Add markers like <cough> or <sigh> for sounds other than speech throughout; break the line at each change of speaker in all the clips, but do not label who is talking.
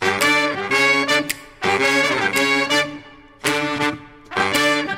<laughs>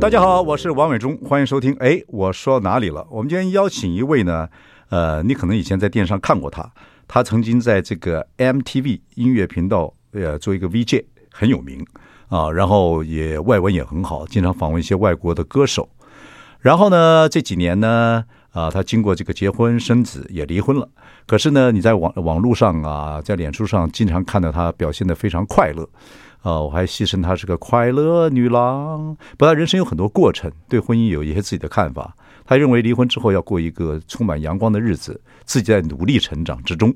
大家好，我是王伟忠，欢迎收听。哎，我说到哪里了？我们今天邀请一位呢，呃，你可能以前在电视上看过他，他曾经在这个 MTV 音乐频道呃做一个 VJ，很有名啊，然后也外文也很好，经常访问一些外国的歌手。然后呢，这几年呢，啊，他经过这个结婚生子，也离婚了。可是呢，你在网网络上啊，在脸书上经常看到他表现得非常快乐，啊，我还戏称他是个快乐女郎。不过他人生有很多过程，对婚姻有一些自己的看法。他认为离婚之后要过一个充满阳光的日子，自己在努力成长之中。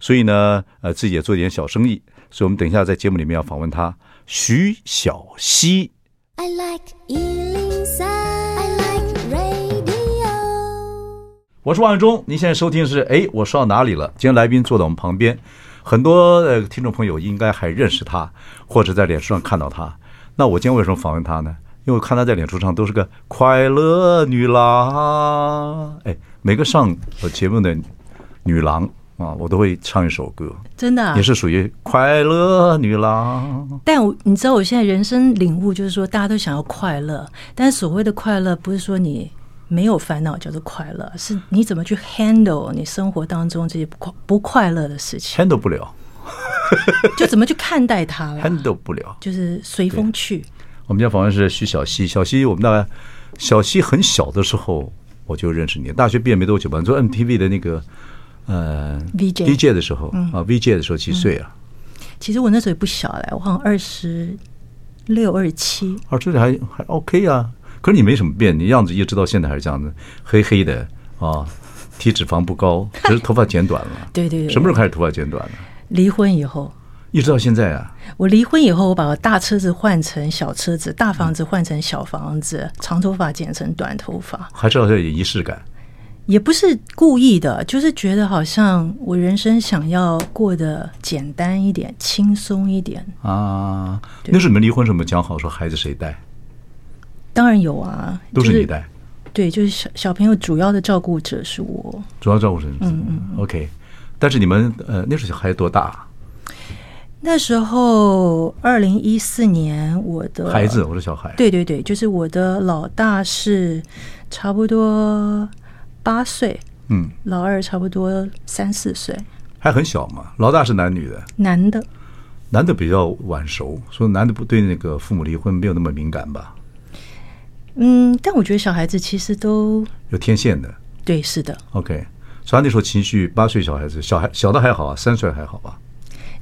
所以呢，呃，自己也做点小生意。所以我们等一下在节目里面要访问他，徐小溪。
I like Ealing Sound. I like radio.
我是王永忠，您现在收听的是哎，我说到哪里了？今天来宾坐在我们旁边，很多呃听众朋友应该还认识他，或者在脸书上看到他。那我今天为什么访问他呢？因为我看他在脸书上都是个快乐女郎，哎，每个上我节目的女郎啊，我都会唱一首歌，
真的、啊
也。是属于快乐女郎。
但我你知道，我现在人生领悟就是说，大家都想要快乐，但所谓的快乐，不是说你没有烦恼叫做快乐，是你怎么去 handle 你生活当中这些不快不快乐的事 <laughs> 情，
handle 不了
就怎么去看待它了，
，handle 不了。
就是随风去。
我们今天访问是徐小溪，小溪，我们大概小溪很小的时候我就认识你，大学毕业没多久吧，你做 MTV 的那个呃
VJ
VJ 的时候、啊，VJ 的时候几岁啊？
其实我那时候也不小嘞，我好像二十六、二十七，。
二十岁还还 OK 啊，可是你没什么变，你样子一直到现在还是这样子，黑黑的啊，体脂肪不高，只是头发剪短了
<laughs> 对对对
什么时候开始头发剪短的？
离婚以后。
一直到现在啊，
我离婚以后，我把我大车子换成小车子，大房子换成小房子，长头发剪成短头发。
还是要有仪式感。
也不是故意的，就是觉得好像我人生想要过得简单一点、轻松一点。
啊，那时候你们离婚时有没有讲好说孩子谁带？
当然有啊，
都是你
就
带
是。对，就是小小朋友主要的照顾者是我。
主要照顾是嗯嗯 OK，但是你们呃那时候小孩多大？
那时候，二零一四年，我的
孩子，，我说小孩，
对对对，就是我的老大是差不多八岁，
嗯，
老二差不多三四岁，
还很小嘛。老大是男女的，
男的。
男的比较晚熟，所以男的不对那个父母离婚没有那么敏感吧，
嗯，但我觉得小孩子其实都
有天线的。
对，是的，
OK，所以他那时候情绪，八岁小孩子，小孩小的还好啊，三岁还好吧，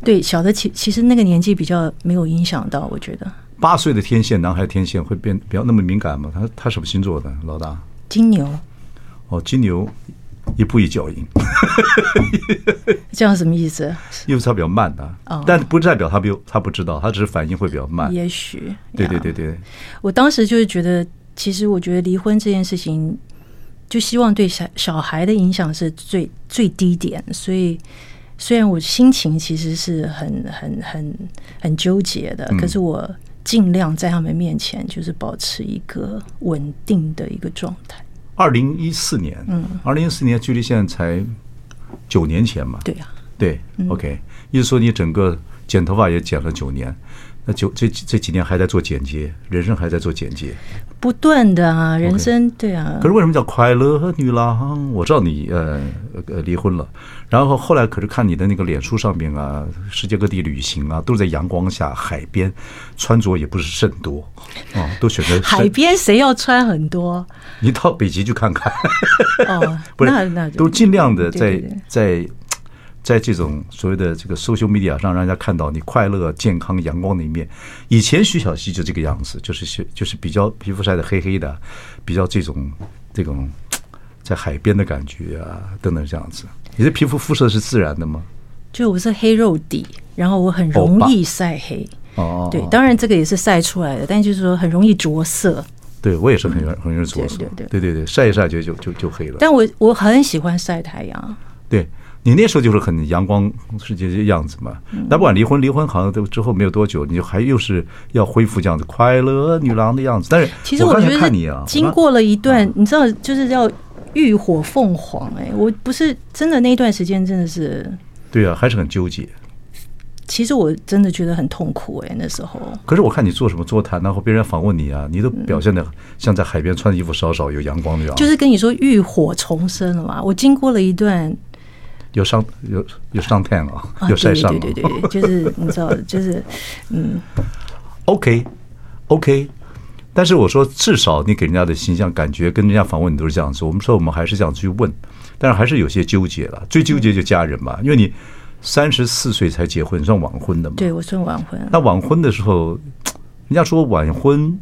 对，小的其其实那个年纪比较没有影响到，我觉得
八岁的天线，男孩天线会变比较那么敏感吗？他他什么星座的？老大
金牛
哦，金牛，一步一脚印，
这样什么意思？
因为他比较慢的、
哦
但不代表他不他不知道，他只是反应会比较慢。
也许
对对
呀
对对，
我当时就是觉得，其实我觉得离婚这件事情，就希望对小小孩的影响是最最低点，所以。虽然我心情其实是很很很很纠结的，可是
嗯
我尽量在他们面前就是保持一个稳定的一个状态。
二零一四年，嗯，二零一四年距离现在才九年前嘛，
对啊，
对、o k 意思说你整个剪头发也剪了九年，那九这这几年还在做剪接，人生还在做剪接。
不断的啊，人生对啊
可，是为什么叫快乐女郎？我知道你呃呃离婚了，然后后来可是看你的那个脸书上面啊，世界各地旅行啊，都在阳光下、海边，穿着也不是甚多啊，都选择
海。边谁要穿很多？
<laughs> 你到北极去看看。
哦，
不是，
那那就
都尽量的
对
在
对对
在在这种所谓的这个 social media 上，让人家看到你快乐、健康、阳光的一面。以前徐小溪就这个样子，就是是就是比较皮肤晒得黑黑的，比较这种这种在海边的感觉啊，等等这样子。你的皮肤肤色是自然的吗？
就我是黑肉底，然后我很
欧
容
巴
易晒黑。
哦，
对，当然这个也是晒出来的，但就是说很容易着色。
对我也是很很容易搓
对
手，
对
对对对，晒一晒就就就就黑了。
但我我很喜欢晒太阳，
对你那时候就是很阳光世界的样子嘛。
嗯
那不管离婚，离婚好像都之后没有多久，你就还又是要恢复这样子快乐女郎的样子。但是
其实
我刚才
觉得
看你啊，
经过了一段，你知道，就是要浴火凤凰、哎，我不是真的那一段时间真的是，
对啊，还是很纠结。
其实我真的觉得很痛苦、哎，那时候
可是我看你做什么座谈啊，或别人访问你啊，你都表现的像在海边穿衣服少少有阳光的样子，
就是跟你说浴火重生了嘛。我经过了一段，
有上有有上太阳啊，
啊，
有
对
晒
对
伤、啊。
对对
<laughs>
对，对就是你知道，就是嗯，
OK OK，但是我说至少你给人家的形象感觉跟人家访问你都是这样子，我们说我们还是这样去问，但是还是有些纠结了。最纠结就家人嘛，因为你三十四岁才结婚，算晚婚的嘛。
对我算晚婚，啊
那晚婚的时候，人家说晚婚，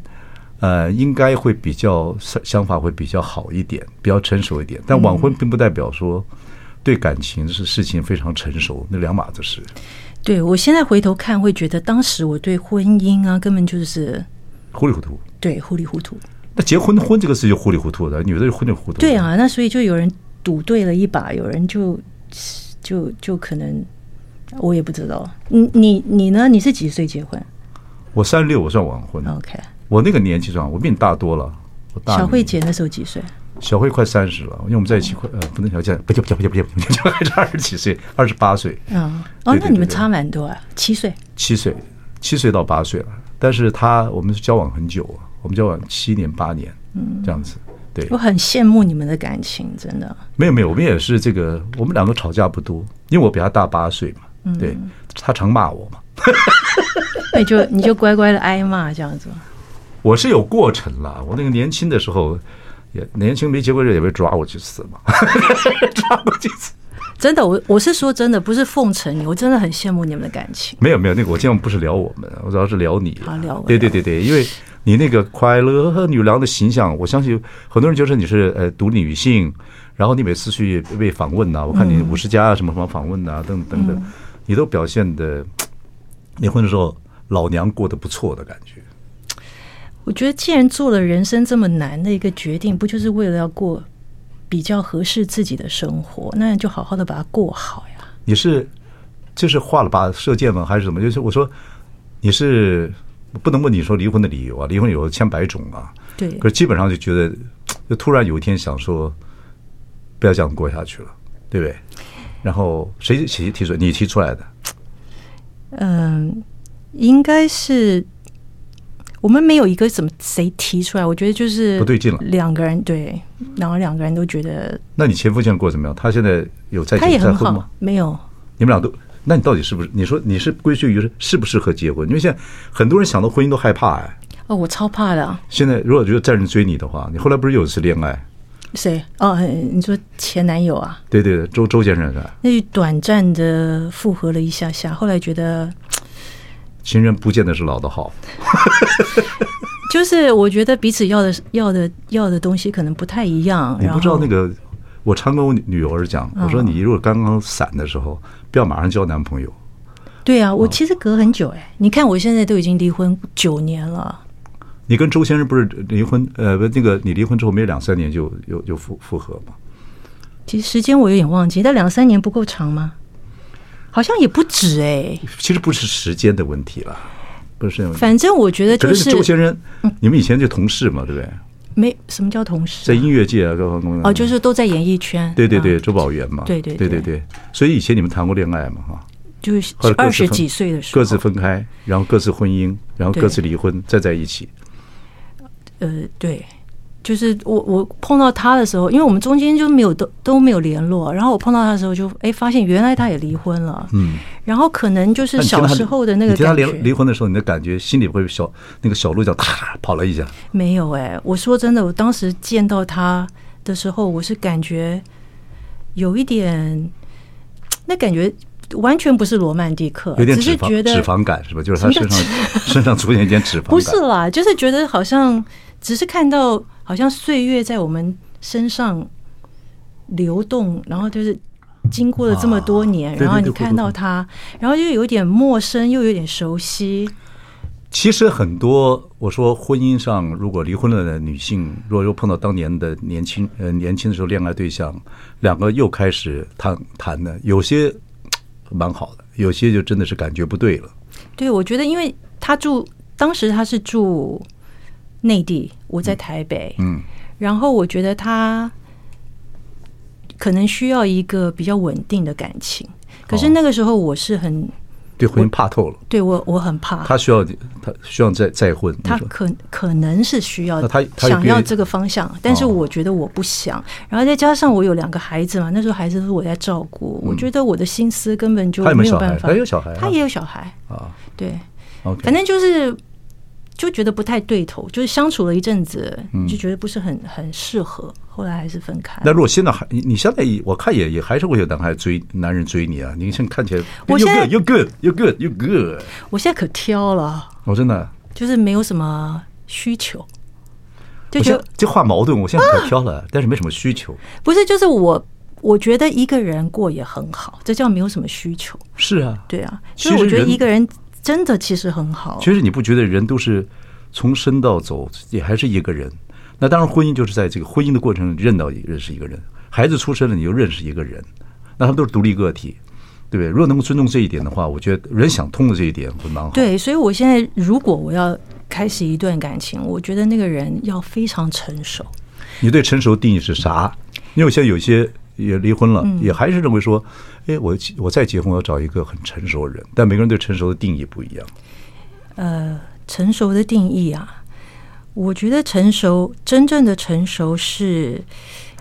呃，应该会比较想想法会比较好一点，比较成熟一点。但晚婚并不代表说对感情是事情非常成熟，那两码子事。
对我现在回头看会觉得当时我对婚姻啊根本就是
糊里糊涂。
对糊里糊涂，
那结婚婚这个事就糊里糊涂的，女的就糊里糊涂。
对，啊，那所以就有人赌对了一把，有人就就就可能我也不知道。你你你呢？你是几岁结婚
我三十六，我算晚婚。
？OK，
我那个年纪算，我比你大多了。我嗯大你
小慧，姐那时候几岁？
小慧快三十了，因为我们在一起快呃，不能小姐，不叫不叫不叫不叫不叫，还差二十几岁，二十八岁，
嗯，
对
哦，
对
那你
对
们
对
差蛮多啊，七岁。
七岁，七岁到八岁了。但是她我们交往很久啊，我们交往七年八年，嗯，这样子。对
我，很羡慕你们的感情，真的。
没有没有，我们也是这个，我们两个吵架不多，因为我比她大八岁嘛，对，她常骂我嘛，
那你就你就乖乖的挨骂这样子。
我是有过程啦，我那个年轻的时候。也年轻没结过婚也被抓过几次嘛， <laughs> 抓过几次。
真的，我我是说真的，不是奉承你，我真的很羡慕你们的感情。
没有没有，那个我今天不是聊我们，啊我主要是聊你。
好啊聊我
对对对对，因为你那个快乐女郎的形象，我相信很多人觉得你是呃独立女性，然后你每次去被访问呐、我看
嗯
你五十加啊什么什么访问呐、等等等，你都表现的离婚的时候老娘过得不错的感觉。
我觉得，既然做了人生这么难的一个决定，不就是为了要过比较合适自己的生活？那就好好的把它过好呀。
你是就是画了把射箭吗？还是怎么？就是我说你是不能问你说离婚的理由啊，离婚有千百种啊。
对
可是基本上就觉得，就突然有一天想说，不要这样过下去了，对不对？然后谁谁提出来？你提出来的？
嗯，应该是我们没有一个怎么谁提出来，我觉得就是
不对劲了
两个人对，然后两个人都觉得
那你前夫现在过得怎么样？他现在有在
他也
结再
很
婚吗
好？，没有
你们俩都？那你到底是不是？你说你是归咎于适不适合结婚？因为现在很多人想到婚姻都害怕哎。
哦，我超怕的啊、
现在如果觉得再有人追你的话，你后来不是有一次恋爱？
谁哦？你说前男友啊？
对对，对周周先生是吧？
那就短暂的复合了一下下，后来觉得
情人不见得是老的好。
就是我觉得彼此要的要的要的东西可能不太一样，
你
然
不
后嗯
知道那个，我常跟我女儿讲，我说你如果刚刚散的时候，不要马上交男朋友。
对啊，我
嗯
其实隔很久哎、你看我现在都已经离婚九年了，
你跟周先生不是离婚？呃，不，那个你离婚之后没有两三年就又又复复合吗？
其实时间我有点忘记，但两三年不够长吗？好像也不止哎、
其实不是时间的问题了，不是时间问题。
反正我觉得
可
就是嗯
周先生，你们以前就同事嘛，对不对？
没什么叫同
在
事
音乐界啊，各方面
哦，就是都在演艺圈。
对对对，
啊
周宝源嘛，
对对
对
对
对对。所以以前你们谈过恋爱嘛，哈，
就是
后来各
二
自
十
分
几岁的时候，
各自分开，然后各自婚姻，然后
对
各自离婚，再在一起。
呃，对，就是我我碰到他的时候，因为我们中间就没有都都没有联络，然后我碰到他的时候就哎发现原来他也离婚了，嗯，然后可能就
那
是
你听
小
他
时候的那个
你听他
感
离离
觉
婚的时候，你的感觉心里会小那个小鹿叫啪跑了一下，
没有哎、我说真的，我当时见到他的时候，我是感觉有一点，那感觉完全不是罗曼蒂克，
有点
只
脂
是
肪
觉
脂
得
肪感是吧？就是他
什
身
么叫
上身上出现一点脂肪感。
不是啦，就是觉得好像只是看到好像岁月在我们身上流动，然后就是经过了这么多年，
啊对对
然后
对
你
会
看
会
到
会
它，然后又有点陌生，又有点熟悉，
其实很多我说婚姻上，如果离婚了的女性，如果又碰到当年的年轻呃年轻的时候恋爱对象，两个又开始谈谈的，有些嘖蛮好的，有些就真的是感觉不对了。
对，我觉得因为他住当时他是住内地，我在台北，
嗯，
然后我觉得他可能需要一个比较稳定的感情，可
哦
是那个时候我是很
对婚姻怕透了，
对我我很怕。
他需要他需要再再婚。
他
你说
可可能是需要
那他他有
想
别
要
的
这个方向，但是
哦
我觉得我不想。然后再加上我有两个孩子嘛，那时候孩子是我在照顾，我觉得我的心思根本
嗯
就
他有没有
没有
小孩
办法。
他有小孩啊
他也有小孩，
啊
对。
，OK，
反正就是就觉得不太对头，就是相处了一阵子，就觉得不是很很适合，后来还是分开。
嗯那如果现在还你你现在也我看也也还是会有男孩追男人追你啊，你现在看起来
我
you
现在
good you good you good you good，
我现在可挑了，
我真的，
就是没有什么需求，就
我
觉
现
得
这话矛盾，我现在可挑了，但是没什么需求。
不是，就是我我觉得一个人过也很好，这叫没有什么需求。
是啊，
对啊，
其
就是我
实
觉得
人
一个人真的其实很好。
其实你不觉得人都是从生到走也还是一个人？那当然，婚姻就是在这个婚姻的过程认到认识一个人，孩子出生了你就认识一个人，那他们都是独立个体，对不对？如果能够尊重这一点的话，我觉得人想通了这一点会蛮好。
对，所以我现在如果我要开始一段感情，我觉得那个人要非常成熟。
你对成熟定义是啥？因为我现在有些也离婚了，
嗯
也还是认为说，哎，我我再结婚我要找一个很成熟的人，但每个人对成熟的定义不一样。
呃，成熟的定义啊，我觉得成熟真正的成熟是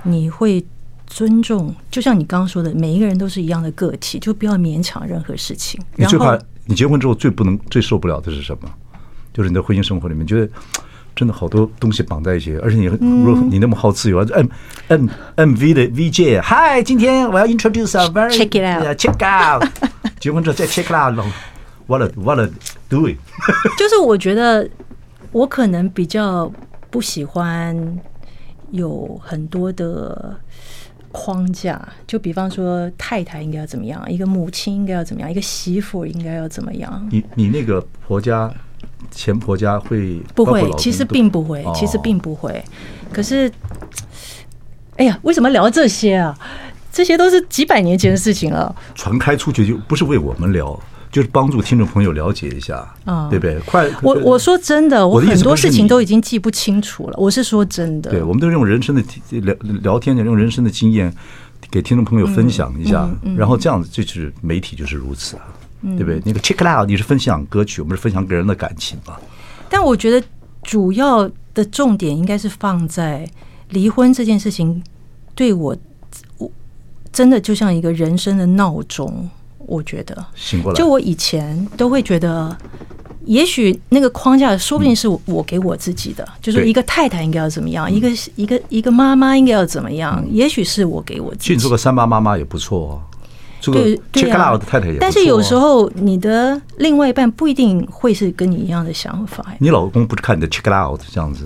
你会尊重，就像你刚刚说的，每一个人都是一样的个体，就不要勉强任何事情。
你
然
最
后
怕你结婚之后最不能最受不了的是什么？就是你的婚姻生活里面觉得。嗯真的好多东西绑在一起，而且你如果你那么好自由啊，M M M V 的 V J，嗨，今天我要 introduce our very
Check it out
yeah, check
<laughs>
out，结婚之后再 check it out，what a what a do it，
就是我觉得我可能比较不喜欢有很多的框架，就比方说太太应该要怎么样，一个母亲应该要怎么样，一个媳妇应该要怎么样。
你你那个婆家前婆家会
不
包括
会
老，公
其实
都
并不会
哦，
其实并不会。可是，哎呀，为什么聊这些啊？这些都是几百年前的事情了。
传开出去就不是为我们聊，就是帮助听众朋友了解一下，
嗯
对不对？快，
我我说真的，我
我的意思
很多
不是
事情
你
都已经记不清楚了。我是说真的，
对，我们都是用人生的聊聊天，用人生的经验给听众朋友分享一
嗯
下，然后这样子就是媒体就是如此啊，对不对？那个 check it out，你是分享歌曲，我们是分享个人的感情嘛，
但我觉得主要的重点应该是放在离婚这件事情对我，我真的就像一个人生的闹钟。我觉得，
醒过来
就我以前都会觉得，也许那个框架说不定是我我给我自己的，就
嗯
是
对嗯
一个太太应该要怎么样，一个一个一个妈妈应该要怎么样，也许是我给我自
去
己
你做个三八妈妈也不错哦，做个
对
check
对
it
啊
out 的太太也不错哦、
但是有时候你的另外一半不一定会是跟你一样的想法，哎
你老公不是看你的 check it out 这样子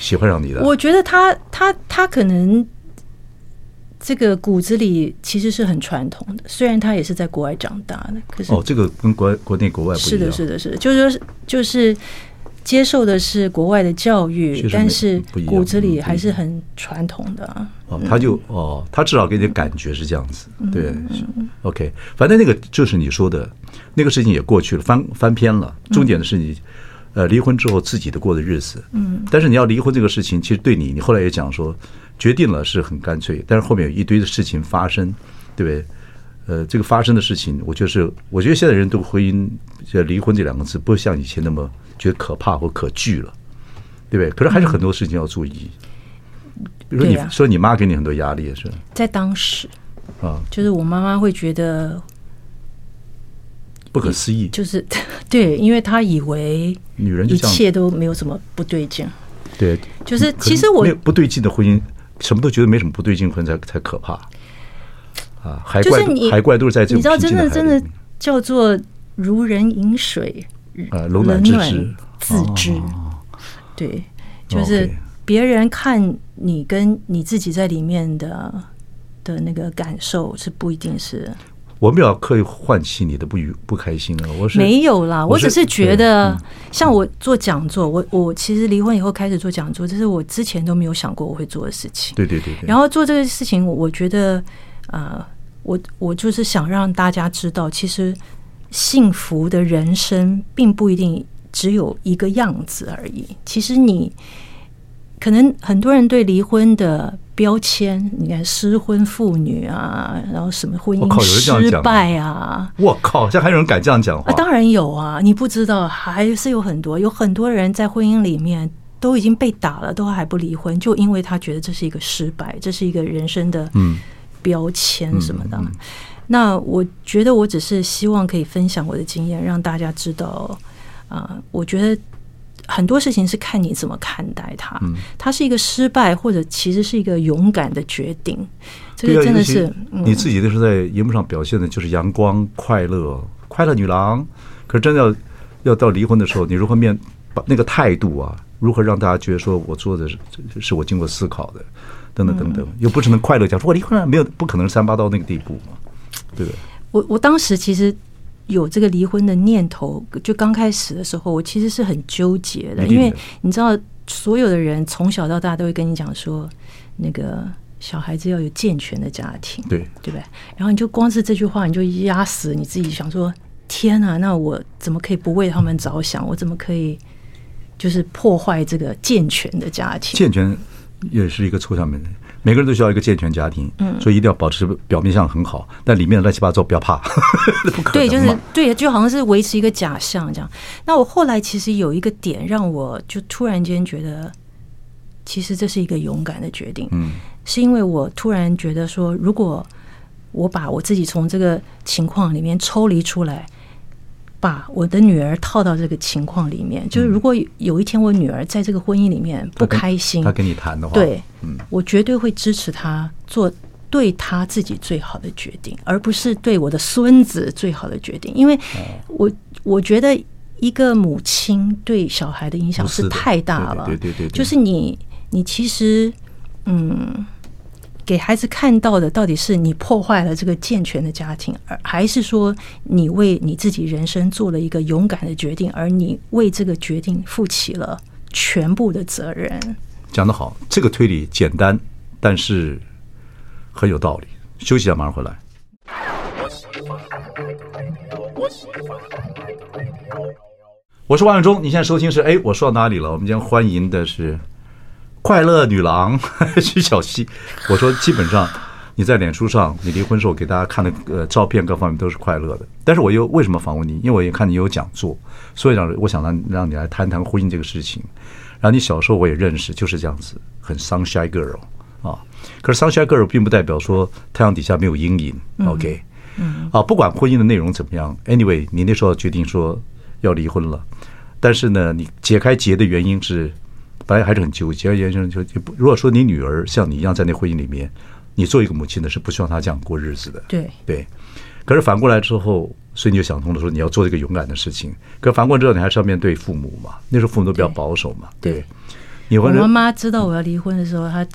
喜欢上你的，
我觉得他他他可能这个骨子里其实是很传统的，虽然他也是在国外长大的，可是
哦，这个跟国国内国外不一样，
嗯是的，是的，是的，就是说就是接受的是国外的教
其
育
实，
但
没
是
不一样
骨子
嗯不一
里
样
还是很传统的啊。
哦，他就哦，他至少给你的感觉是这样子，
嗯
对是，OK，反正那个就是你说的那个事情也过去了，翻翻篇了。
嗯
重点的是你，呃，离婚之后自己的过的日子，嗯，但是你要离婚这个事情，其实对你，你后来也讲说，决定了是很干脆，但是后面有一堆的事情发生，对不对？呃，这个发生的事情，我觉得是，我觉得现在人对婚姻、呃离婚这两个字，不像以前那么觉得可怕或可惧了，对不对？可是还是很多事情要注意。比如说你
对啊
说你妈给你很多压力也是
在当时，
啊，
就是我妈妈会觉得，
不可思议，
就是 <laughs> 对，因为她以为
女人就
一
这样
切都没有什么不对劲，
对，
就是
可能
其实我
没有不对劲的婚姻，什么都觉得没什么不对劲，婚姻才才可怕啊！还
就
怪
是你
还怪都是在这
你知道，
种
真
平静
的
海
真
里
的
面
叫做如人饮水，
啊，冷暖
冷暖
自知，
自知。对，就是
OK
别人看你跟你自己在里面的的那个感受是不一定是。
我没有要刻意唤起你的不愉不开心啊，我是
没有啦，
我
我
是嗯
只是觉得，像我做讲座，我我其实离婚以后开始做讲座，这是我之前都没有想过我会做的事情。
对对对对，
然后做这个事情，我我觉得，呃，我我就是想让大家知道，其实幸福的人生并不一定只有一个样子而已。其实你可能很多人对离婚的标签，你看失婚妇女啊，然后什么婚
我靠
姻
哦有人这样
失
讲吗
败啊，
我靠，现在还有人敢这样讲话
啊，？当然有啊，你不知道，还是有很多，有很多人在婚姻里面都已经被打了，都还不离婚，就因为他觉得这是一个失败，这是一个人生的
嗯
标签什么的。那我觉得我只是希望可以分享我的经验，让大家知道，啊、我觉得。很多事情是看你怎么看待它，它是一个失败，或者其实是一个勇敢的决定。这
对啊，
个真的
尤其
是，嗯
你自己的是在荧幕上表现的就是阳光、快乐、快乐女郎。可是真的要要到离婚的时候，你如何面把那个态度啊，如何让大家觉得说我做的是是我经过思考的，等等等等，
嗯
又不只能快乐讲说我离婚了，没有不可能三八到那个地步嘛，对不对？
我我当时其实有这个离婚的念头，就刚开始的时候，我其实是很纠结的，
一定
因
的
为你知道，所有的人从小到大都会跟你讲说，那个小孩子要有健全的家庭，
对，
对不对？然后你就光是这句话，你就压死你自己，想说天啊，那我怎么可以不为他们着想？我怎么可以就是破坏这个健全的家庭？
健全也是一个抽象名词。每个人都需要一个健全家庭，嗯，所以一定要保持表面上很好，但里面乱七八糟不要怕， <laughs> 不可
对，就
能嘛
是对，就好像是维持一个假象这样。那我后来其实有一个点，让我就突然间觉得，其实这是一个勇敢的决定。
嗯，
是因为我突然觉得说，如果我把我自己从这个情况里面抽离出来，把我的女儿套到这个情况里面，就是如果有一天我女儿在这个婚姻里面不
他嗯跟
开心，
他跟你谈的话，嗯
对，我绝对会支持他做对他自己最好的决定，而不是对我的孙子最好的决定。因为
哦
我我觉得一个母亲对小孩的影响
不是的
是太大了，
对对对对对
就是你你其实嗯。给孩子看到的到底是你破坏了这个健全的家庭，而还是说你为你自己人生做了一个勇敢的决定，而你为这个决定负起了全部的责任？
讲得好，这个推理简单，但是很有道理。休息一下，马上回来。我是万永忠，你现在收听是哎，我说到哪里了？我们今天欢迎的是快乐女郎 <laughs> 徐小溪。我说，基本上你在脸书上，你离婚时候给大家看的呃照片各方面都是快乐的。但是我又为什么访问你？因为我也看你有讲座，所以让我想让让你来谈谈婚姻这个事情。然后你小时候我也认识，就是这样子，很 sunshine girl 啊。可是 sunshine girl 并不代表说太阳底下没有阴影。OK，啊，不管婚姻的内容怎么样，anyway，你那时候决定说要离婚了，但是呢，你解开结的原因是，本来还是很纠结。原因就就不如果说你女儿像你一样在那婚姻里面，你作为一个母亲呢，是不希望她这样过日子的。
对，
对。可是反过来之后，所以你就想通了，说你要做这个勇敢的事情。可反过来之后，你还是要面对父母嘛。那时候父母都比较
对
保守嘛，
对
对。你
我
婚
妈妈知道我要离婚的时候，她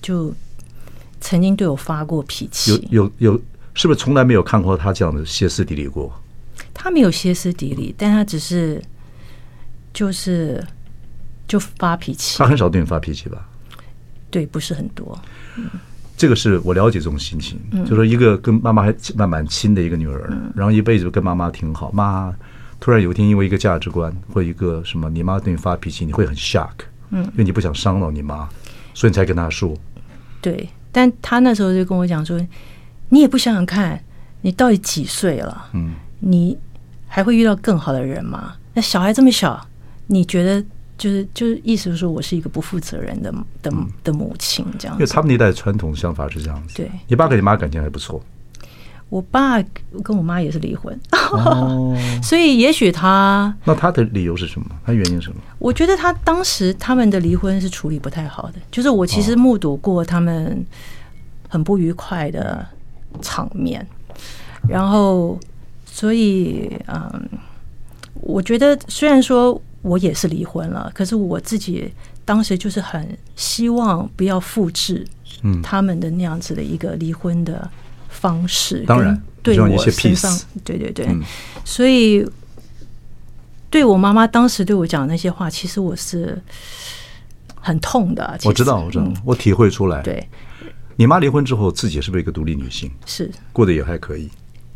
就曾经对我发过脾
有
气。
有有，是不是从来没有看过他这样的歇斯底里过？
她没有歇斯底里，但她只是就是就发脾气
他，很少对你发脾气吧？
对，不是很多。
这个是我了解这种心情，
嗯
就说一个跟妈妈还蛮蛮亲的一个女儿，然后一辈子跟妈妈挺好，妈突然有一天因为一个价值观或一个什么，你妈对你发脾气，你会很 shock，嗯，因为你不想伤到你妈，所以你才跟她说，
对，但她那时候就跟我讲说：“你也不想想看，你到底几岁了？嗯，你还会遇到更好的人吗？那小孩这么小，你觉得就是就是意思是说我是一个不负责任的的的母亲这样
因为
子。”
他们那代传统想法是这样子。
对
你爸跟你妈感情还不错，
我爸跟我妈也是离婚， <laughs>
哦，
所以也许他，
那他的理由是什么？他原因是什么？
我觉得他当时他们的离婚是处理不太好的，就是我其实目睹过他们很不愉快的场面，然后所以嗯，我觉得虽然说我也是离婚了，可是我自己当时就是很希望不要复制
嗯
他们的那样子的一个离婚的方式，
当然
跟对
让一些
我身上
peace，
对对对，
嗯
所以对我妈妈当时对我讲的那些话，其实我是很痛的啊。其实
我知道，我知道
嗯，
我体会出来。
对，
你妈离婚之后，自己是不是一个独立女性，
是
过得也还可以？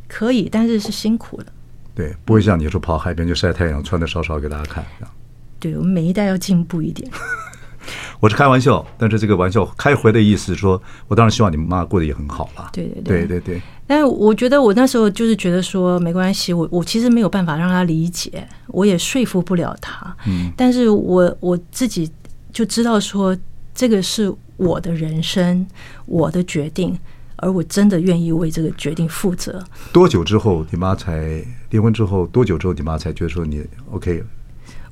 可以，但是是辛苦的。
对，不会像你说跑海边就晒太阳，穿的少少给大家看。这样
对我们每一代要进步一点， <laughs>
我是开玩笑，但是这个玩笑开回的意思是说，我当然希望你妈过得也很好啦。
对
对
对
对
对
对，
但是我觉得我那时候就是觉得说没关系，我我其实没有办法让他理解，我也说服不了他。嗯，但是我我自己就知道说这个是我的人生，我的决定，而我真的愿意为这个决定负责。
多久之后你妈才离婚之后？多久之后你妈才觉得说你 OK？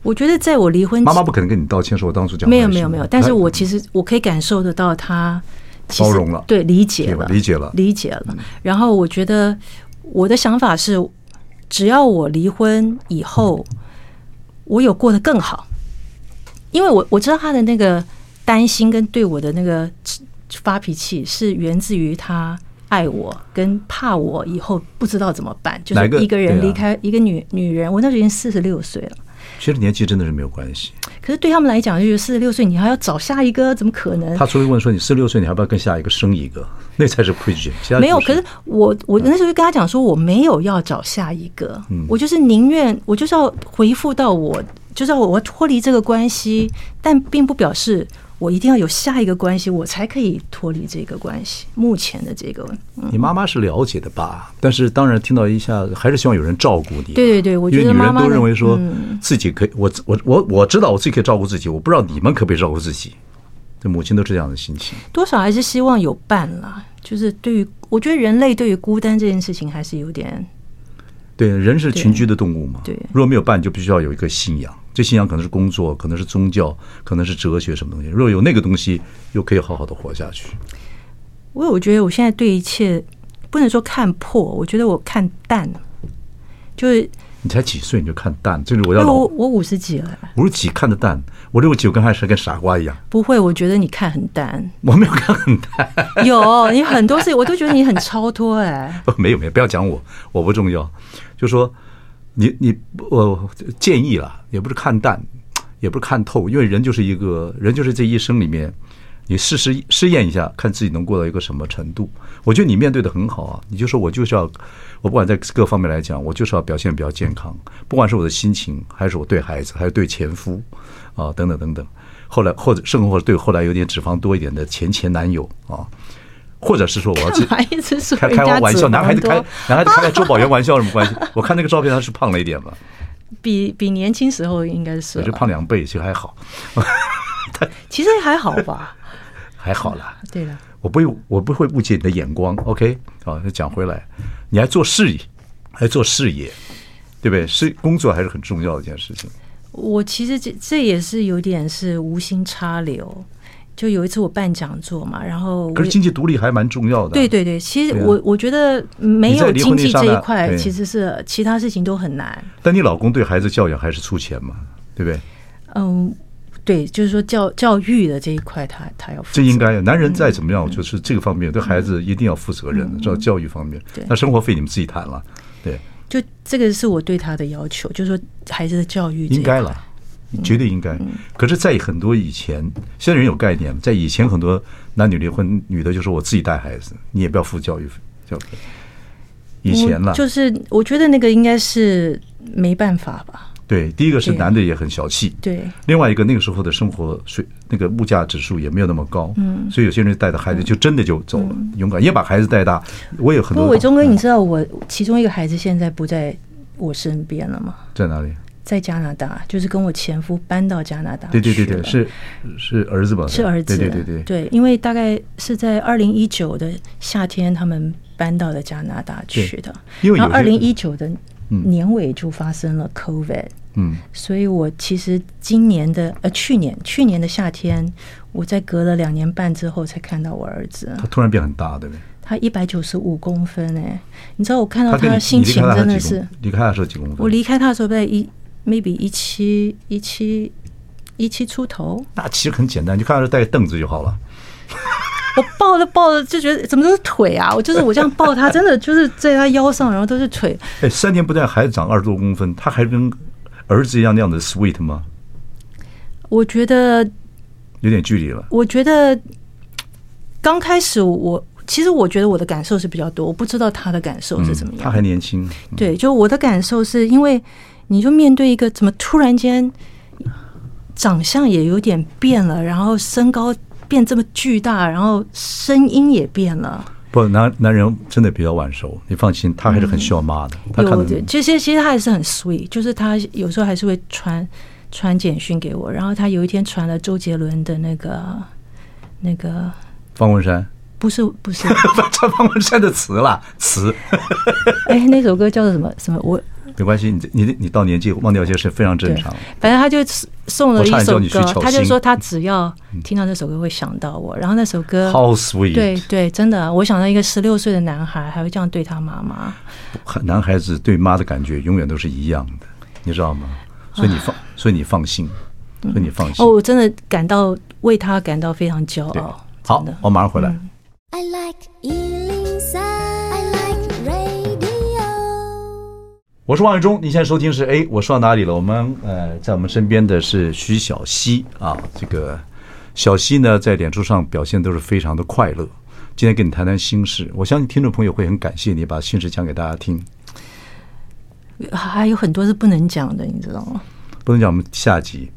我觉得在我离婚
妈妈不可能跟你道歉，说我当初讲
没有
坏事
没有没有，但是
她
我其实我可以感受得到他其实
包容了
对理解了，
对理解了嗯
理解了。然后我觉得我的想法是，只要我离婚以后，
嗯
我有过得更好，因为我我知道他的那个担心跟对我的那个发脾气是源自于他。爱我跟怕我以后不知道怎么办，就
哪个
是一个
对
人
啊
离开一个女女人，我那时候已经四十六岁了，
其实年纪真的是没有关系。
可是对他们来讲，就觉得四十六岁你还要找下一个，怎么可能？
她除非问说你四六岁，你还要不要跟下一个生一个？ <laughs> 那才是 p r e c h i n 其他
没有，
就是
可是我我那时候就跟他讲说，我没有要找下一个，我就是宁愿我就是要回复到我，就是要我脱离这个关系，但并不表示我一定要有下一个关系，我才可以脱离这个关系。目前的这个，
你妈妈是了解的吧？但是当然听到一下，还是希望有人照顾你。
对对对我觉得
因为女
妈
人
妈
都
的
认为说
嗯
自己可以，我我我我知道我自己可以照顾自己，我不知道你们可不可以照顾自己。这母亲都是这样的心情。
多少还是希望有伴啦。就是对于我觉得人类对于孤单这件事情还是有点
对，人是群居的动物嘛。
对
如果没有伴，就必须要有一个信仰。这信仰可能是工作，可能是宗教，可能是哲学什么东西。如果有那个东西，又可以好好的活下去。
我有觉得我现在对一切不能说看破，我觉得我看淡了，就是
你才几岁你就看淡，这是我要
因为
老
我我五十几了，
五十几看得淡，我六十九跟还是跟傻瓜一样，
不会，我觉得你看很淡， <laughs>
我没有看很淡。
有你很多事情我都觉得你很超脱哎、
<laughs> 没有没有，不要讲我，我不重要。就说你你我建议啦，也不是看淡，也不是看透，因为人就是一个人，就是这一生里面，你试试试验一下，看自己能过到一个什么程度。我觉得你面对的很好啊，你就说我就是要，我不管在各方面来讲，我就是要表现比较健康，不管是我的心情，还是我对孩子，还是对前夫啊，等等等等。后来或者甚或者对后来有点脂肪多一点的前前男友啊，或者是说我要自己
干嘛一直说
开
人
开
家
玩
脂
笑，男孩
肪
子开
多？
男孩子开开周宝源玩笑有什么关系？我看那个照片，他是胖了一点嘛，
比比年轻时候应该 <laughs> 是啊
也就
吧
胖两倍，其实还好，
其实还好吧。
还好啦。
对了，
我不会，我不会误解你的眼光，OK？好，那讲回来，你还做事业，还做事业，对不对？是工作还是很重要的一件事情。
我其实这这也是有点是无心插柳。就有一次我办讲座嘛，然后我
可是
也
经济独立还蛮重要的。
对，对对，其实
对啊
我、我觉得没
你在
有
离婚
经
率
济
上
这一
呢
块，
对
其实是其他事情都很难。
但你老公对孩子教养还是出钱嘛，对不对？
嗯，对，就是说教教育的这一块他，他要负责
这应该，男人
嗯
再怎么样，就是这个方面对孩子一定要负责任的，知道教育方面
对。
那生活费你们自己谈了，对。
就这个是我对他的要求，就是说孩子的教育这一
应该
块
了，
嗯
绝对应该。可是，在很多以前，现在人有概念了，在以前很多男女离婚，女的就说我自己带孩子，你也不要付教育费，教育费。以前了
我，嗯就是我觉得那个应该是没办法吧，
对，第一个是
对
男的也很小气，
对
另外一个那个时候的生活水那个物价指数也没有那么高，嗯，所以有些人带着孩子就真的就走了，勇敢也把孩子带大。我有很
嗯不过
多嗯
伟忠哥，你知道我其中一个孩子现在不在我身边了吗？
在哪里？
在加拿大，就是跟我前夫搬到加拿大去
对
了。
对对对，是是儿子吧？
是儿子，
对对对对。
因为大概是在二零一九的夏天，他们搬到了加拿大去的。
因为有
然后二
些
零一九的年尾就发生了 COVID，
嗯，
所以我其实今年的呃去年去年的夏天，我在隔了两年半之后才看到我儿子，
他突然变很大，对不对？
他一百九十五公分哎、你知道我看到
他跟你
他的心
你离开
情
他
真的
几公
是，
离开他的时候几公分？
我离开他的时候在一 maybe 一七一七一七出头，
那其实很简单，你就看他带个凳子就好了。
我抱着抱着就觉得怎么都是腿啊！我就是我这样抱他，真的就是在他腰上，然后都是腿。
哎，三年不但孩子长二十多公分，他还跟儿子一样那样的 sweet 吗？
我觉得，
有点距离了。
我觉得刚开始我其实我觉得我的感受是比较多，我不知道他的感受是怎么
嗯
样。
他还年轻，
对，就我的感受是因为你就面对一个怎么突然间长相也有点变了，然后身高变这么巨大，然后声音也变了，
不男男人真的比较晚熟，你放心，他还是很需要妈的。他看
嗯有
得
对这些其实他还是很 sweet，就是他有时候还是会传传简讯给我，然后他有一天传了周杰伦的那个那个。
方文山， <laughs>
不是不是， <laughs>
唱方文山的词啦，词
哎，那首歌叫做什么什么？我
没关系，你这你这你到年纪忘掉一些事非常正
对
常。，
反正他就送了
我
一
差点叫
首
你去
歌
巧，
他就
心
说他只要听到那首歌会想到我，然后那首歌
好 sweet，
对对，真的，我想到一个十六岁的男孩还会这样对他
<laughs>
妈妈，
男孩子对妈的感觉永远都是一样的，你知道吗？所以你放，所以你放心，所以你放心
哦，。我真的感到为他感到非常骄
对
傲。，
好
真的，嗯
我马上回来。
I like Ealing Sound. I like radio.
我是王伟忠，你现在收听是哎，我说到哪里了？我们呃，在我们身边的是徐小溪啊，这个小溪呢，在脸书上表现都是非常的快乐。今天跟你谈谈心事，我相信听众朋友会很感谢你把心事讲给大家听。
还有很多是不能讲的，你知道吗？
不能讲，我们下
<laughs>
集。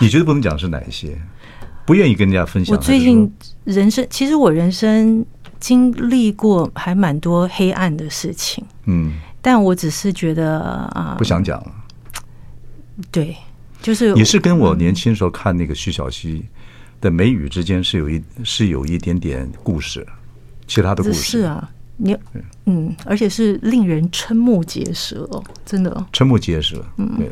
你觉得不能讲是哪一些？不愿意跟人家分享。
哎我最近人生，其实我人生经历过还蛮多黑暗的事情，
嗯，
但我只是觉得啊、
不想讲了。
对，就是
也是跟我年轻时候看那个徐小溪的眉宇之间是有一是有一点点故事，其他的故
这
事
是啊，你嗯，而且是令人瞠目结舌，哦真的。
瞠目结舌。对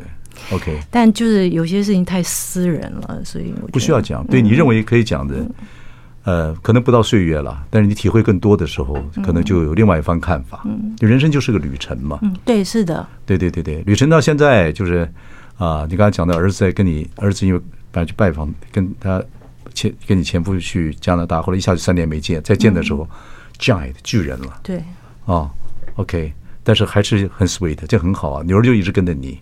，OK，
但就是有些事情太私人了，所以我
不
觉
需要
得
讲。对你认为可以讲的，呃，可能不到岁月了，但是你体会更多的时候，可能就有另外一番看法。就人生就是个旅程嘛。
嗯，对，是的，
对对对对，旅程到现在就是啊、你刚才讲的儿子在跟你儿子因为本来去拜访，跟他前跟你前夫去加拿大，后来一下就三年没见，再见的时候、giant 巨人了
对。
啊、OK，但是还是很 sweet，这很好啊，女儿就一直跟着你，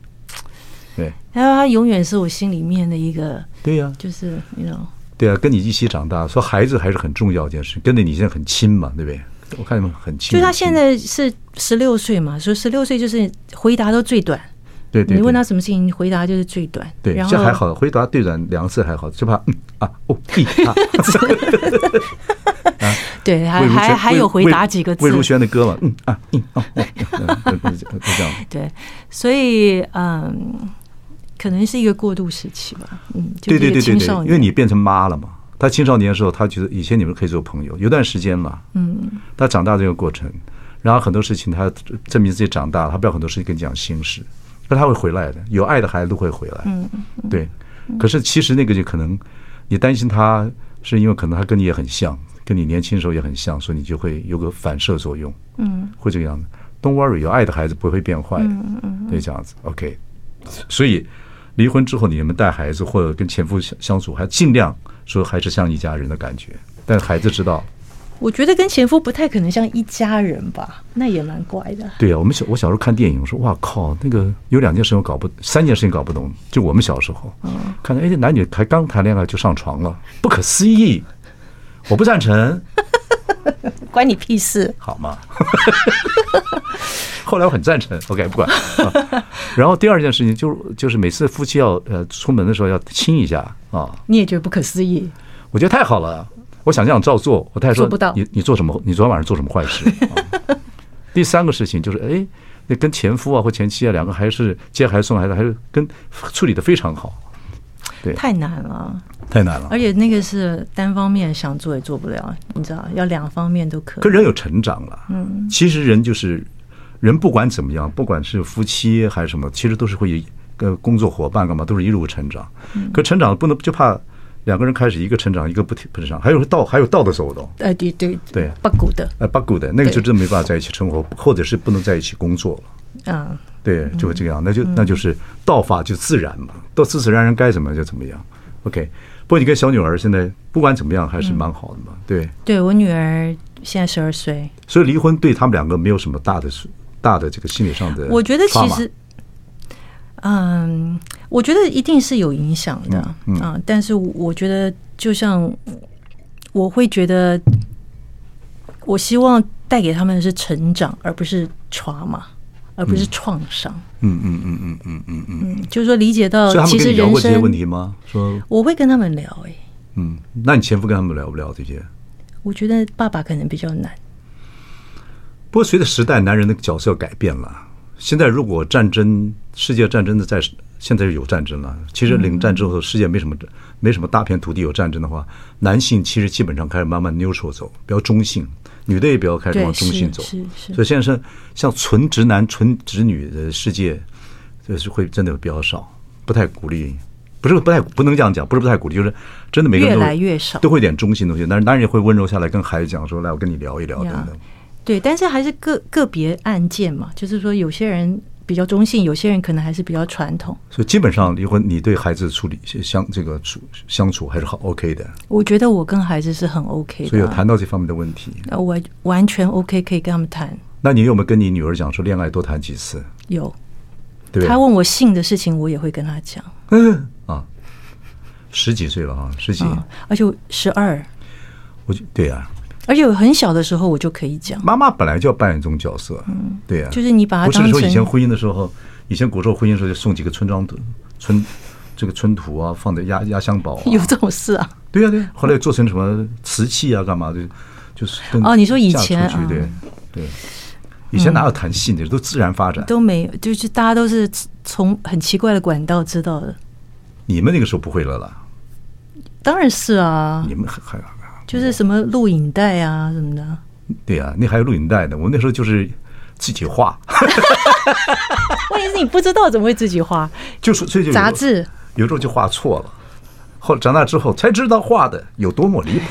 对
然后他永远是我心里面的一个，
对呀、
就是你知道，
对啊，跟你一起长大，说孩子还是很重要一件事，跟着你现在很亲嘛，对不对？我看你们很亲，
就是他
很亲
现在是十六岁嘛，所以十六岁就是回答都最短。
对对对
你问他什么事情，回答就是最短。
对，
然后
这还。好，回答对准两次还好，就怕嗯啊哦一啊。
对，还
魏如
还
萱
还
魏
有回答几个
魏魏如
字。
萿的歌嘛，嗯啊，嗯哦，哦嗯嗯就就这样。
对，所以嗯，可能是一个过渡时期吧。嗯，就
对
是
对
一
对对
个青
对
少，
因为
年。
你变成妈了嘛。他青少年的时候，他觉得以前你们可以做朋友，有段时间嘛。嗯。他长大这个过程，然后很多事情他证明自己长大了，他不要很多事情跟你讲心事，那他会回来的。有爱的孩子都会回来。嗯。对。可是其实那个就可能，你担心他是因为可能他跟你也很像，跟你年轻时候也很像，所以你就会有个反射作用。嗯。会这个样子。Don't worry，有爱的孩子不会变坏的。嗯嗯。对，这样子。OK。所以离婚之后，你们带孩子或者跟前夫相相处，还尽量说还是像一家人的感觉，但孩子知道。
我觉得跟前夫不太可能像一家人吧，那也蛮怪的。
对啊，我们小我小时候看电影，我说哇靠，那个有两件事情我搞不，三件事情搞不懂，就我们小时候，看到哎这男女还刚谈恋爱就上床了，不可思议，我不赞成， <laughs>
关你屁事！
好吗？后来我很赞成，OK，不管、啊然后第二件事情就是就是每次夫妻要呃出门的时候要亲一下啊，
你也觉得不可思议，
我觉得太好了，我想这样照做。我太太说
做不到
你你做什么？你昨天晚上做什么坏
<laughs>
事？啊第三个事情就是，哎，那跟前夫啊或前妻啊两个还是接孩子送孩子，还是跟处理的非常好，
太难了。
太难了
而。且那个是单方面想做也做不了，你知道，要两方面都可
可
以。
人有成长了，嗯，其实人就是人，不管怎么样，不管是夫妻还是什么，其实都是会跟工作伙伴干嘛，都是一路成长。
嗯
可成长不能就怕两个人开始一个成长，一个不不成长，还有倒还有倒的走动。
呃，对对
对
八股的，
呃，不 good 的那个就真没办法在一起生活，或者是不能在一起工作了。
嗯，
对，就会这个样，那就那就是道法就自然嘛，到自自然然该怎么样就怎么样。 OK，不过你跟小女儿现在不管怎么样还
嗯
是蛮好的嘛，对，
对我女儿现在十二岁，
所以离婚对他们两个没有什么大的大的这个心理上的，
我觉得其实，嗯，我觉得一定是有影响的啊、
嗯嗯
但是我觉得，就像我会觉得，我希望带给他们的是成长，而不是 trauma，而不是创伤。
嗯嗯嗯嗯嗯嗯嗯，
嗯，就是说理解到
所以他们
呃其
跟
实
你聊
人
过这些问
生，
题吗？说，
我会跟他们聊、哎，
嗯，那你前夫跟他们聊不聊这些？
我觉得爸爸可能比较难。
不过随着时代，男人的角色改变了。现在如果战争，世界战争的在现在是有战争了。其实冷战之后，世界没什么没什么大片土地有战争的话，男性其实基本上开始慢慢 neutral 走，比较中性，女的也比较开始往中性走。
对是是是
所以现在是像纯直男、纯直女的世界，就是会真的比较少，不太鼓励。不是不太不能这样讲，不是不太鼓励，就是真的每个人都
越来越少
都会有点中性的东西。但是男人也会温柔下来，跟孩子讲说：“来，我跟你聊一聊，等
呀
等。”
对，但是还是个个别案件嘛，就是说有些人比较中性，有些人可能还是比较传统。
所以基本上离婚，你对孩子处理相这个处相处还是好 OK 的，
我觉得我跟孩子是很 OK 的，啊
所以有谈到这方面的问题。
呃我完全 OK 可以跟他们谈。
那你有没有跟你女儿讲说恋爱多谈几次？
有，
对不
他
对？
问我性的事情，我也会跟他讲
嗯啊，十几岁了啊，十几，
啊。而且十二，
我就对啊，
而且我很小的时候我就可以讲，
妈妈本来就要扮演这种角色，对啊，
嗯就是你把它
不
当
是
成
说以前婚姻的时候，以前古时候婚姻的时候就送几个村庄土村这个村土啊，放在压压箱宝、啊，
<laughs> 有这种事啊。
对呀、对、呀，后来做成什么瓷器啊，干嘛的，就是跟
哦你说以前
嫁出去对
嗯
对，以前哪有谈性的，都自然发展。
都没有，就是大家都是从很奇怪的管道知道的。
你们那个时候不会了啦，
当然是啊
你，们还还
就是什么录影带啊什么的。
对呀、那还有录影带呢。我那时候就是自己画， <laughs>
问题是你不知道怎么会自己画
就是所以就有
杂志，
有时候就画错了。后来长大之后才知道画的有多么离
<laughs>
谱。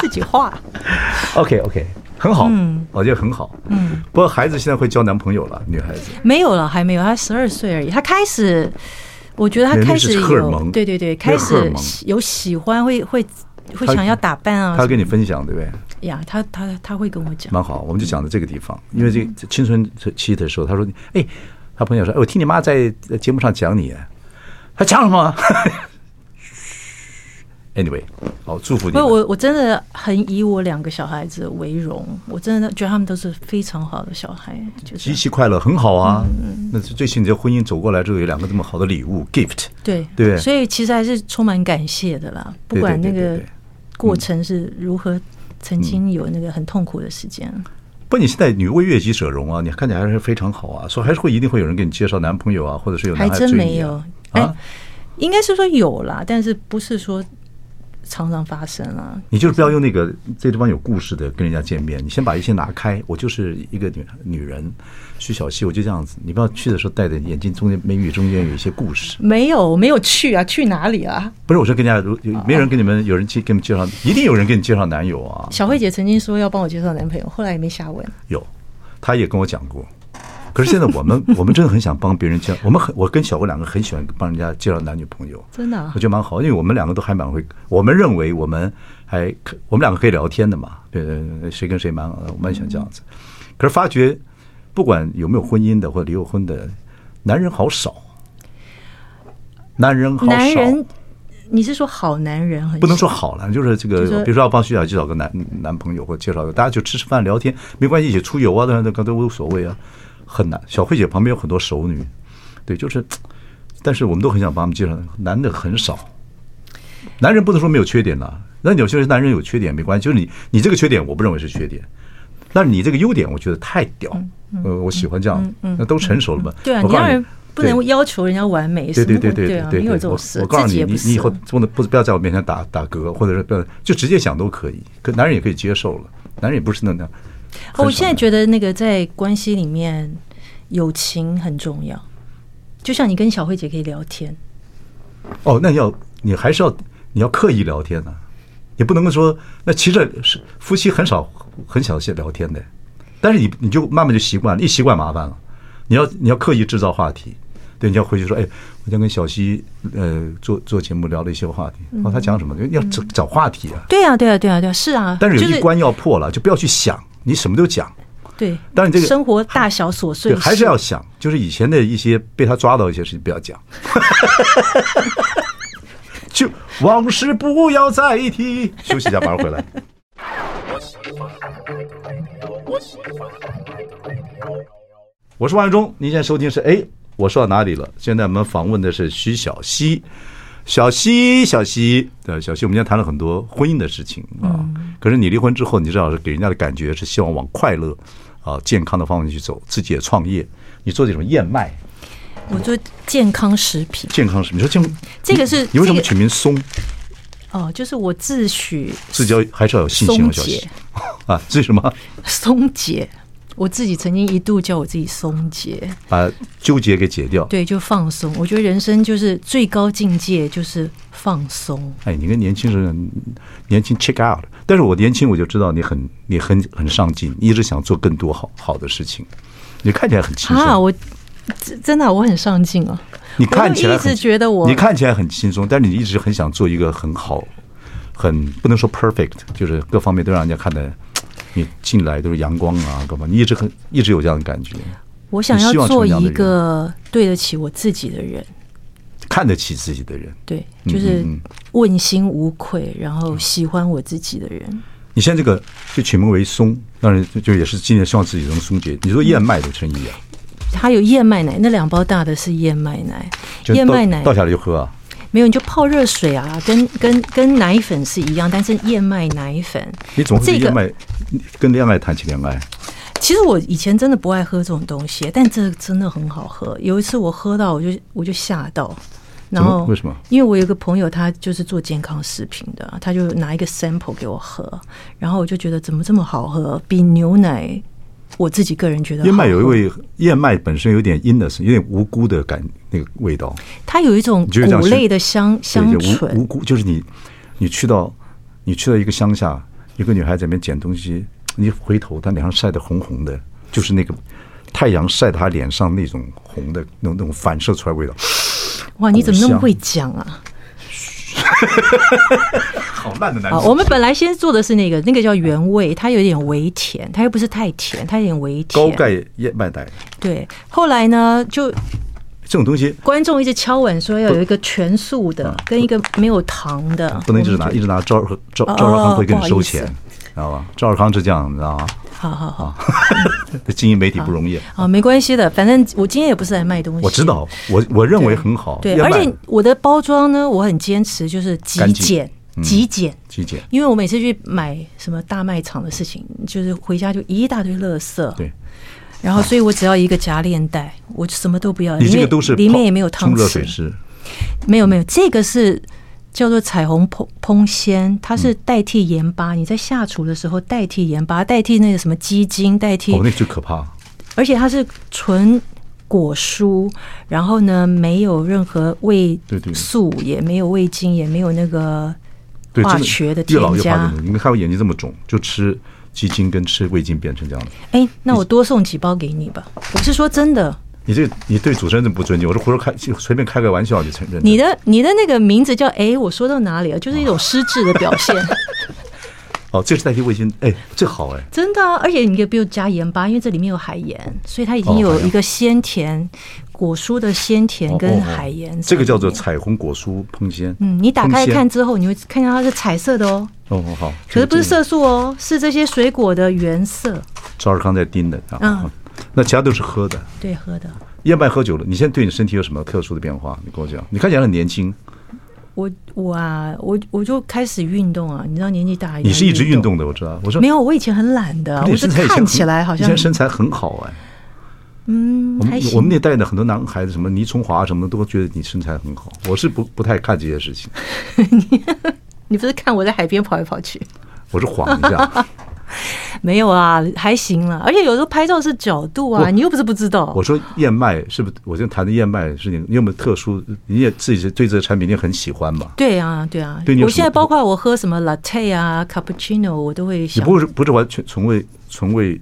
自己画。
OK OK，很好，我觉得很好。嗯，不过孩子现在会交男朋友了，女孩子。
没有了，还没有，他十二岁而已。他开始，我觉得他
人类
开始
是
有，
荷尔蒙
对对对，
那个
开
荷尔
始
蒙
有喜欢，会会会
他
想要打扮啊
他跟你分享对不对？
呀。他他他会跟我讲，
蛮好，我们就讲到这个地方，
嗯
因为这这青春期的时候，他说，哎，他朋友说，哎，我听你妈在呃节目上讲你， <laughs> 他讲什么？Anyway，好，祝福你
不是
们。
我我真的很以我两个小孩子为荣，我真的觉得他们都是非常好的小孩，就
极
是
其快乐，很好啊。
嗯
那是最起你的婚姻走过来之后，有两个这么好的礼物 gift，
对
对不对
所以其实还是充满感谢的啦。不管
对
那
对对嗯
个
对对
过程是如何，曾经有那个很痛苦的时间，
不，你现在女为悦己者容啊，你看起来还是非常好啊，所以还是会一定会有人给你介绍男朋友啊，或者是有男
还
孩
真
追
没
你
有
啊。。
哎
啊，
应该是说有啦，但是不是说常常发生啊啦。
你就是不要用那个这地方有故事的跟人家见面，你先把一切拿开。我就是一个女女人，徐小溪，我就这样子。你不要去的时候戴着眼镜，中间眉宇中间有一些故事。
没有，没有去啊，去哪里啊？
不是，我说跟人家如有没有人跟你们有人去给你们介绍，一定有人给你介绍男友啊，
小慧姐曾经说要帮我介绍男朋友，后来也没下文。
有，他也跟我讲过。可是现在我们我们真的很想帮别人介绍，我们很我跟小郭两个很喜欢帮人家介绍男女朋友，
真的啊
我觉得蛮好，因为我们两个都还蛮会，我们认为我们还可我们两个可以聊天的嘛，对对对，谁跟谁蛮好的，我们也想这样子。可是发觉，不管有没有婚姻的或者离过婚的，男人好少，男人好少，
男人，你是说好男人很
不能说好了，就是这
就是
个，比如说要帮徐小去找个男男朋友或介绍个，大家就吃吃饭聊天，没关系，一起出游啊，等等等都无所谓啊，很难。小慧姐旁边有很多熟女，对，就是，但是我们都很想把他们介绍，男的很少。男人不能说没有缺点呐、那有些人男人有缺点没关系，就是你你这个缺点我不认为是缺点，但是你这个优点我觉得太屌，
嗯
呃，我喜欢这样，那都成熟了嘛。
对啊，
我
你
告
让
诉
人不能
对
要求人家完美，
对对对
什么
对
啊，
对
没有
对，
这种事，
我我告诉
自己
你，
也
你
不
你以
是
后真的不不要在我面前打打嗝，或者是不要就直接想都可以，可男人也可以接受了，男人也不是那样。
哦我现在
得
觉得那个在关系里面，友情很重要。就像你跟小慧姐可以聊天，
哦，那你要你还是要你要刻意聊天呢、也不能够说那其实是夫妻很少很少些聊天的，但是你你就慢慢就习惯了，一习惯麻烦了，你要你要刻意制造话题，对人家回去说，哎，我想跟小溪呃做做节目聊了一些话题。哦，他讲什么？要找找话题啊。
对啊，对啊，对啊，对啊，是啊，
但是有
就
一关要破了，就不要去想，你什么都讲，
对，
但是这个
生活大小琐碎
对，还是
事
要想，就是以前的一些被他抓到一些事情不要讲， <laughs> 就往事不要再提。休息一下，马上回来。我是王永忠，您现在收听是哎，我说到哪里了？现在我们访问的是徐小溪，小溪，小溪，对，小溪，我们今天谈了很多婚姻的事情啊。
嗯
可是你离婚之后，你至少是给人家的感觉是希望往快乐啊、健康的方向去走，自己也创业，你做这种燕麦
我做健康食品
健康什么？你说健康，
这个是
你你为什么
这个
取名松？
哦，就是我自诩
自己要还是要有信心啊，
松
小溪
解
<laughs> 啊，这是什么？
松解，我自己曾经一度叫我自己松解，
把纠结给解掉。
对，就放松。我觉得人生就是最高境界就是放松。
哎，你跟年轻人，年轻 check out。但是我年轻我就知道你很你很很上进，你一直想做更多好好的事情。你看起来很轻
啊，
松，
我真真的啊、我很上进啊！
你看起来
我就
很
一直觉得我
你看起来很轻松，但是你一直很想做一个很好，很不能说 perfect，就是各方面都让人家看的，你进来都是阳光啊，干嘛？你一直很一直有这样的感觉，
我想
你
要
希望
做
成为这样
一个对得起我自己的人，
看得起自己的人。
对，
嗯
就是问心无愧，然后喜欢我自己的人。
你现在这个就取名为松，当然就就也是今年希望自己能松解。你说燕麦的生意啊，
它有燕麦奶，那两包大的是燕麦奶，
就
燕
倒
麦奶
倒下来就喝啊。
没有你就泡热水啊，跟跟跟奶粉是一样，但是燕麦奶粉，
你总是
这个
燕麦跟恋爱谈起恋爱，
其实我以前真的不爱喝这种东西，但这真的很好喝。有一次我喝到，我就我就吓到。然
怎
后
么为什么？
因为我有一个朋友，他就是做健康食品的，他就拿一个 sample 给我喝，然后我就觉得怎么这么好喝，比牛奶，我自己个人觉得
燕麦
好
有一
喝，
味，燕麦本身有点 innocent，有点无辜的感那个味道，
它有一种
你觉得这样
谷
是
类的香香
对就无无
醇，
辜，就是你你去到你去到一个乡下，一个女孩在那边捡东西，你回头她脸上晒得红红的，就是那个太阳晒她脸上那种红的那种那种反射出来的味道，
哇，你怎么那
谷香
么会讲啊？
好烂的男
啊，我们本来先做的是那个，那个叫原味，它有点微甜，它又不是太甜，它有点微
高
甜。
钙燕麦奶
对，后来呢，就
这种东西
观众一直敲碗说要有一个全素的，跟一个没有糖的，
啊不能一直
我
拿，
们就
一直拿赵二赵
哦
赵少康会跟你收钱
不好意，
知道吧？赵少康是这样，你知道吗？
好好好
啊， <laughs> 经营媒体不容易。
啊，没关系的，反正我今天也不是来卖东西，
我知道，我我认
对，
为很好。
对，
燕
而
麦
且我的包装呢，我很坚持，就是极
干净嗯
简，极简。
极简，
因为我每次去买什么大卖场的事情，就是回家就一大堆垃圾，
对
然后所以我只要一个夹链袋，我什么都不要，
你
里
这个
面
都是
里面
泡
也没有汤
冲热水
匙，
是
没有没有，这个是叫做彩虹烹烹鲜，它
嗯
是代替盐巴，你在下厨的时候代替盐巴，代替那个什么鸡精，代替
哦，那最可怕。
而且它是纯果蔬，然后呢，没有任何味
对对
素，也没有味精，也没有那个
对，
化
真
学的
越老
添
越怕
加
这。种。你看我眼睛这么肿，就吃鸡精跟吃味精变成这样的。
哎，那我多送几包给你吧。我是说真的，
你这你对主持人这么不尊敬，我这胡说开就随便开个玩笑就承认。
你的你的那个名字叫哎，我说到哪里了？就是一种失智的表
<laughs>
现，
哦，这是代替味精，哎，这好哎，
真的啊、而且你也不用加盐巴，因为这里面有海盐，所以它已经
哦
有
海盐
一个鲜甜果蔬的鲜甜
哦
跟
哦哦
海盐在里面。
这个叫做彩虹果蔬烹鲜。
嗯，你打
烹
开
鲜
看之后，你会看见它是彩色的哦。
哦，哦好，
可是不
这个
是色素哦，是这些水果的原色，
赵尔康在盯的啊
嗯。
那其他都是喝的，
对，喝的。
燕麦喝久了，你现在对你身体有什么特殊的变化？你跟我讲，你看起来很年轻，
我我啊，我我就开始运动啊，你知道年纪大一点，
你是一直运？动的，我知道。我说
没有，我以前很懒的，
你
我是
身材以前
看起来好
以
像
前身材很好哎。
嗯
我
还
们我们
行。
那代的很多男孩子，什么倪崇华什么的，都觉得你身材很好。我是不不太看这些事情，
你不是看我在海边跑来跑去？
我是晃一
<laughs>
下。
没有啊，还行啦。而且有时候拍照是角度啊，
我
你又不是不知道
我。说燕麦是不是？我现在谈的燕麦是你，你有没有特殊？你也自己是对这个产品你也很喜欢嘛？
对啊，对啊
对你，有
我
什么
现在
不
包括我喝什么 latte 啊、cappuccino，我都会
你
想
不是不是完全从未从未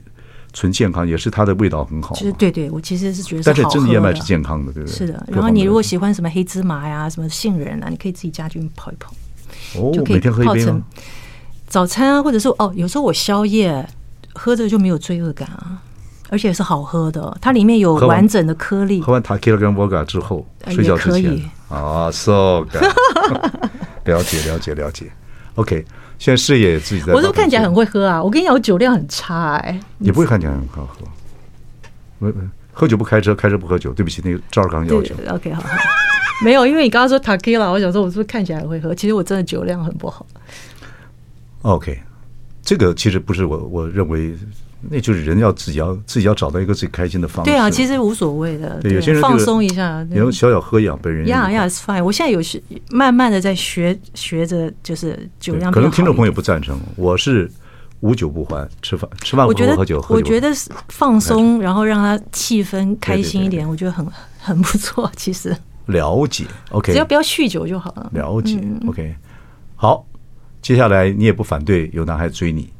纯健康，也是它的味道很好嘛。
就是对对，我其实是觉得
但
是
是
好喝
真的燕麦是健康的，对不对？
是的，
各
然后
方
你
面
如果
的
喜欢什么黑芝麻呀、什么杏仁啊，你可以自己家去泡一泡，就
哦，
可以
每天喝一
泡
杯
成
吗？
早餐啊，或者是哦，有时候我宵夜喝着就没有罪恶感啊，而且是好喝的，它里面有
喝完
完整的颗粒
喝，完 t a k i l a 跟 Vodka 之后，
呃
睡觉
也可
之前
以
啊，so good，了解了解了解。OK，现在事业也自己在发展，
我是不是看起来很会喝啊？我跟你讲，我酒量很差哎、
也不会看起来很好喝。我喝酒不开车，开车不喝酒。对不起，那个赵二刚要求。
对，OK，好好。 <laughs> 没有，因为你刚刚说 t a k i l a 我想说我是不是看起来很会喝？其实我真的酒量很不好。
哦 OK，这个其实不是我我认为，那就是人要自己要自己要找到一个自己开心的方式。
对啊，其
实
实无所谓的，
对有些人
放
这个
松一下。
你要小小喝一两杯，人家
呀
就
呀，it's fine。我现在有学，慢慢的在学学着，就是酒
对
量。
可能听众朋友，不赞成，我是无酒不欢，吃饭吃饭
我
不
觉得
喝酒，喝酒不喝
我觉得是放松，然后让他气氛开心一
对对对
点，我觉得很很不错。 <laughs> 其实
了解，OK，
只嗯要不要酗酒就好了。
了解，OK，好，接下来你也不反对有男孩追你，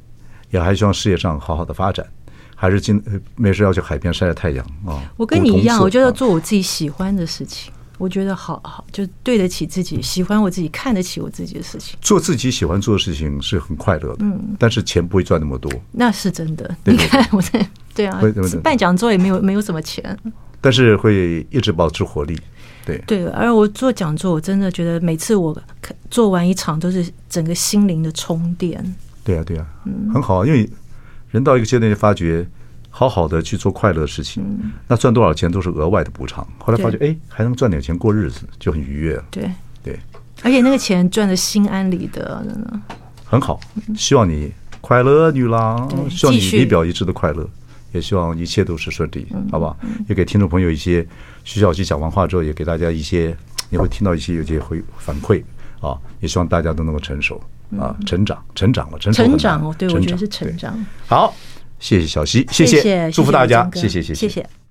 也还希望事业上好好的发展，还是今呃没事要去海边晒晒太阳啊。
我跟你
古铜
一样，
色
我觉得
啊
做我自己喜欢的事情，我觉得好好，就对得起自己，喜欢我自己，看得起我自己的事情，
做自己喜欢做的事情是很快乐的，嗯，但是钱不会赚那么多，
那是真的。
对
你
对
看我在对啊
对对对，
办讲座也没有没有什么钱，
但是会一直保持活力，对。
对，而我做讲座，我真的觉得每次我看做完一场都是整个心灵的充电。
对啊，对啊，
嗯
很好啊，因为人到一个阶段就发觉，好好的去做快乐的事情，
嗯
那赚多少钱都是额外的补偿。后来发觉，哎，还能赚点钱过日子，就很愉悦了。
对，
对，
而且那个钱赚的心安理得，真的。
很好，希望你快乐，女郎，
对
希望你
继续嗯
仪表一致的快乐，也希望一切都是顺利，好吧？也给听众朋友一些，徐小琪讲完话之后，也给大家一些，你会听到一些有些回反馈啊，也希望大家都能够成熟啊，成长，成长了，成熟很
嗯成
难
长哦，对，我觉得是
对
成长。
好，谢谢小溪，
谢
谢，祝福大家，
谢
谢谢，
谢谢谢。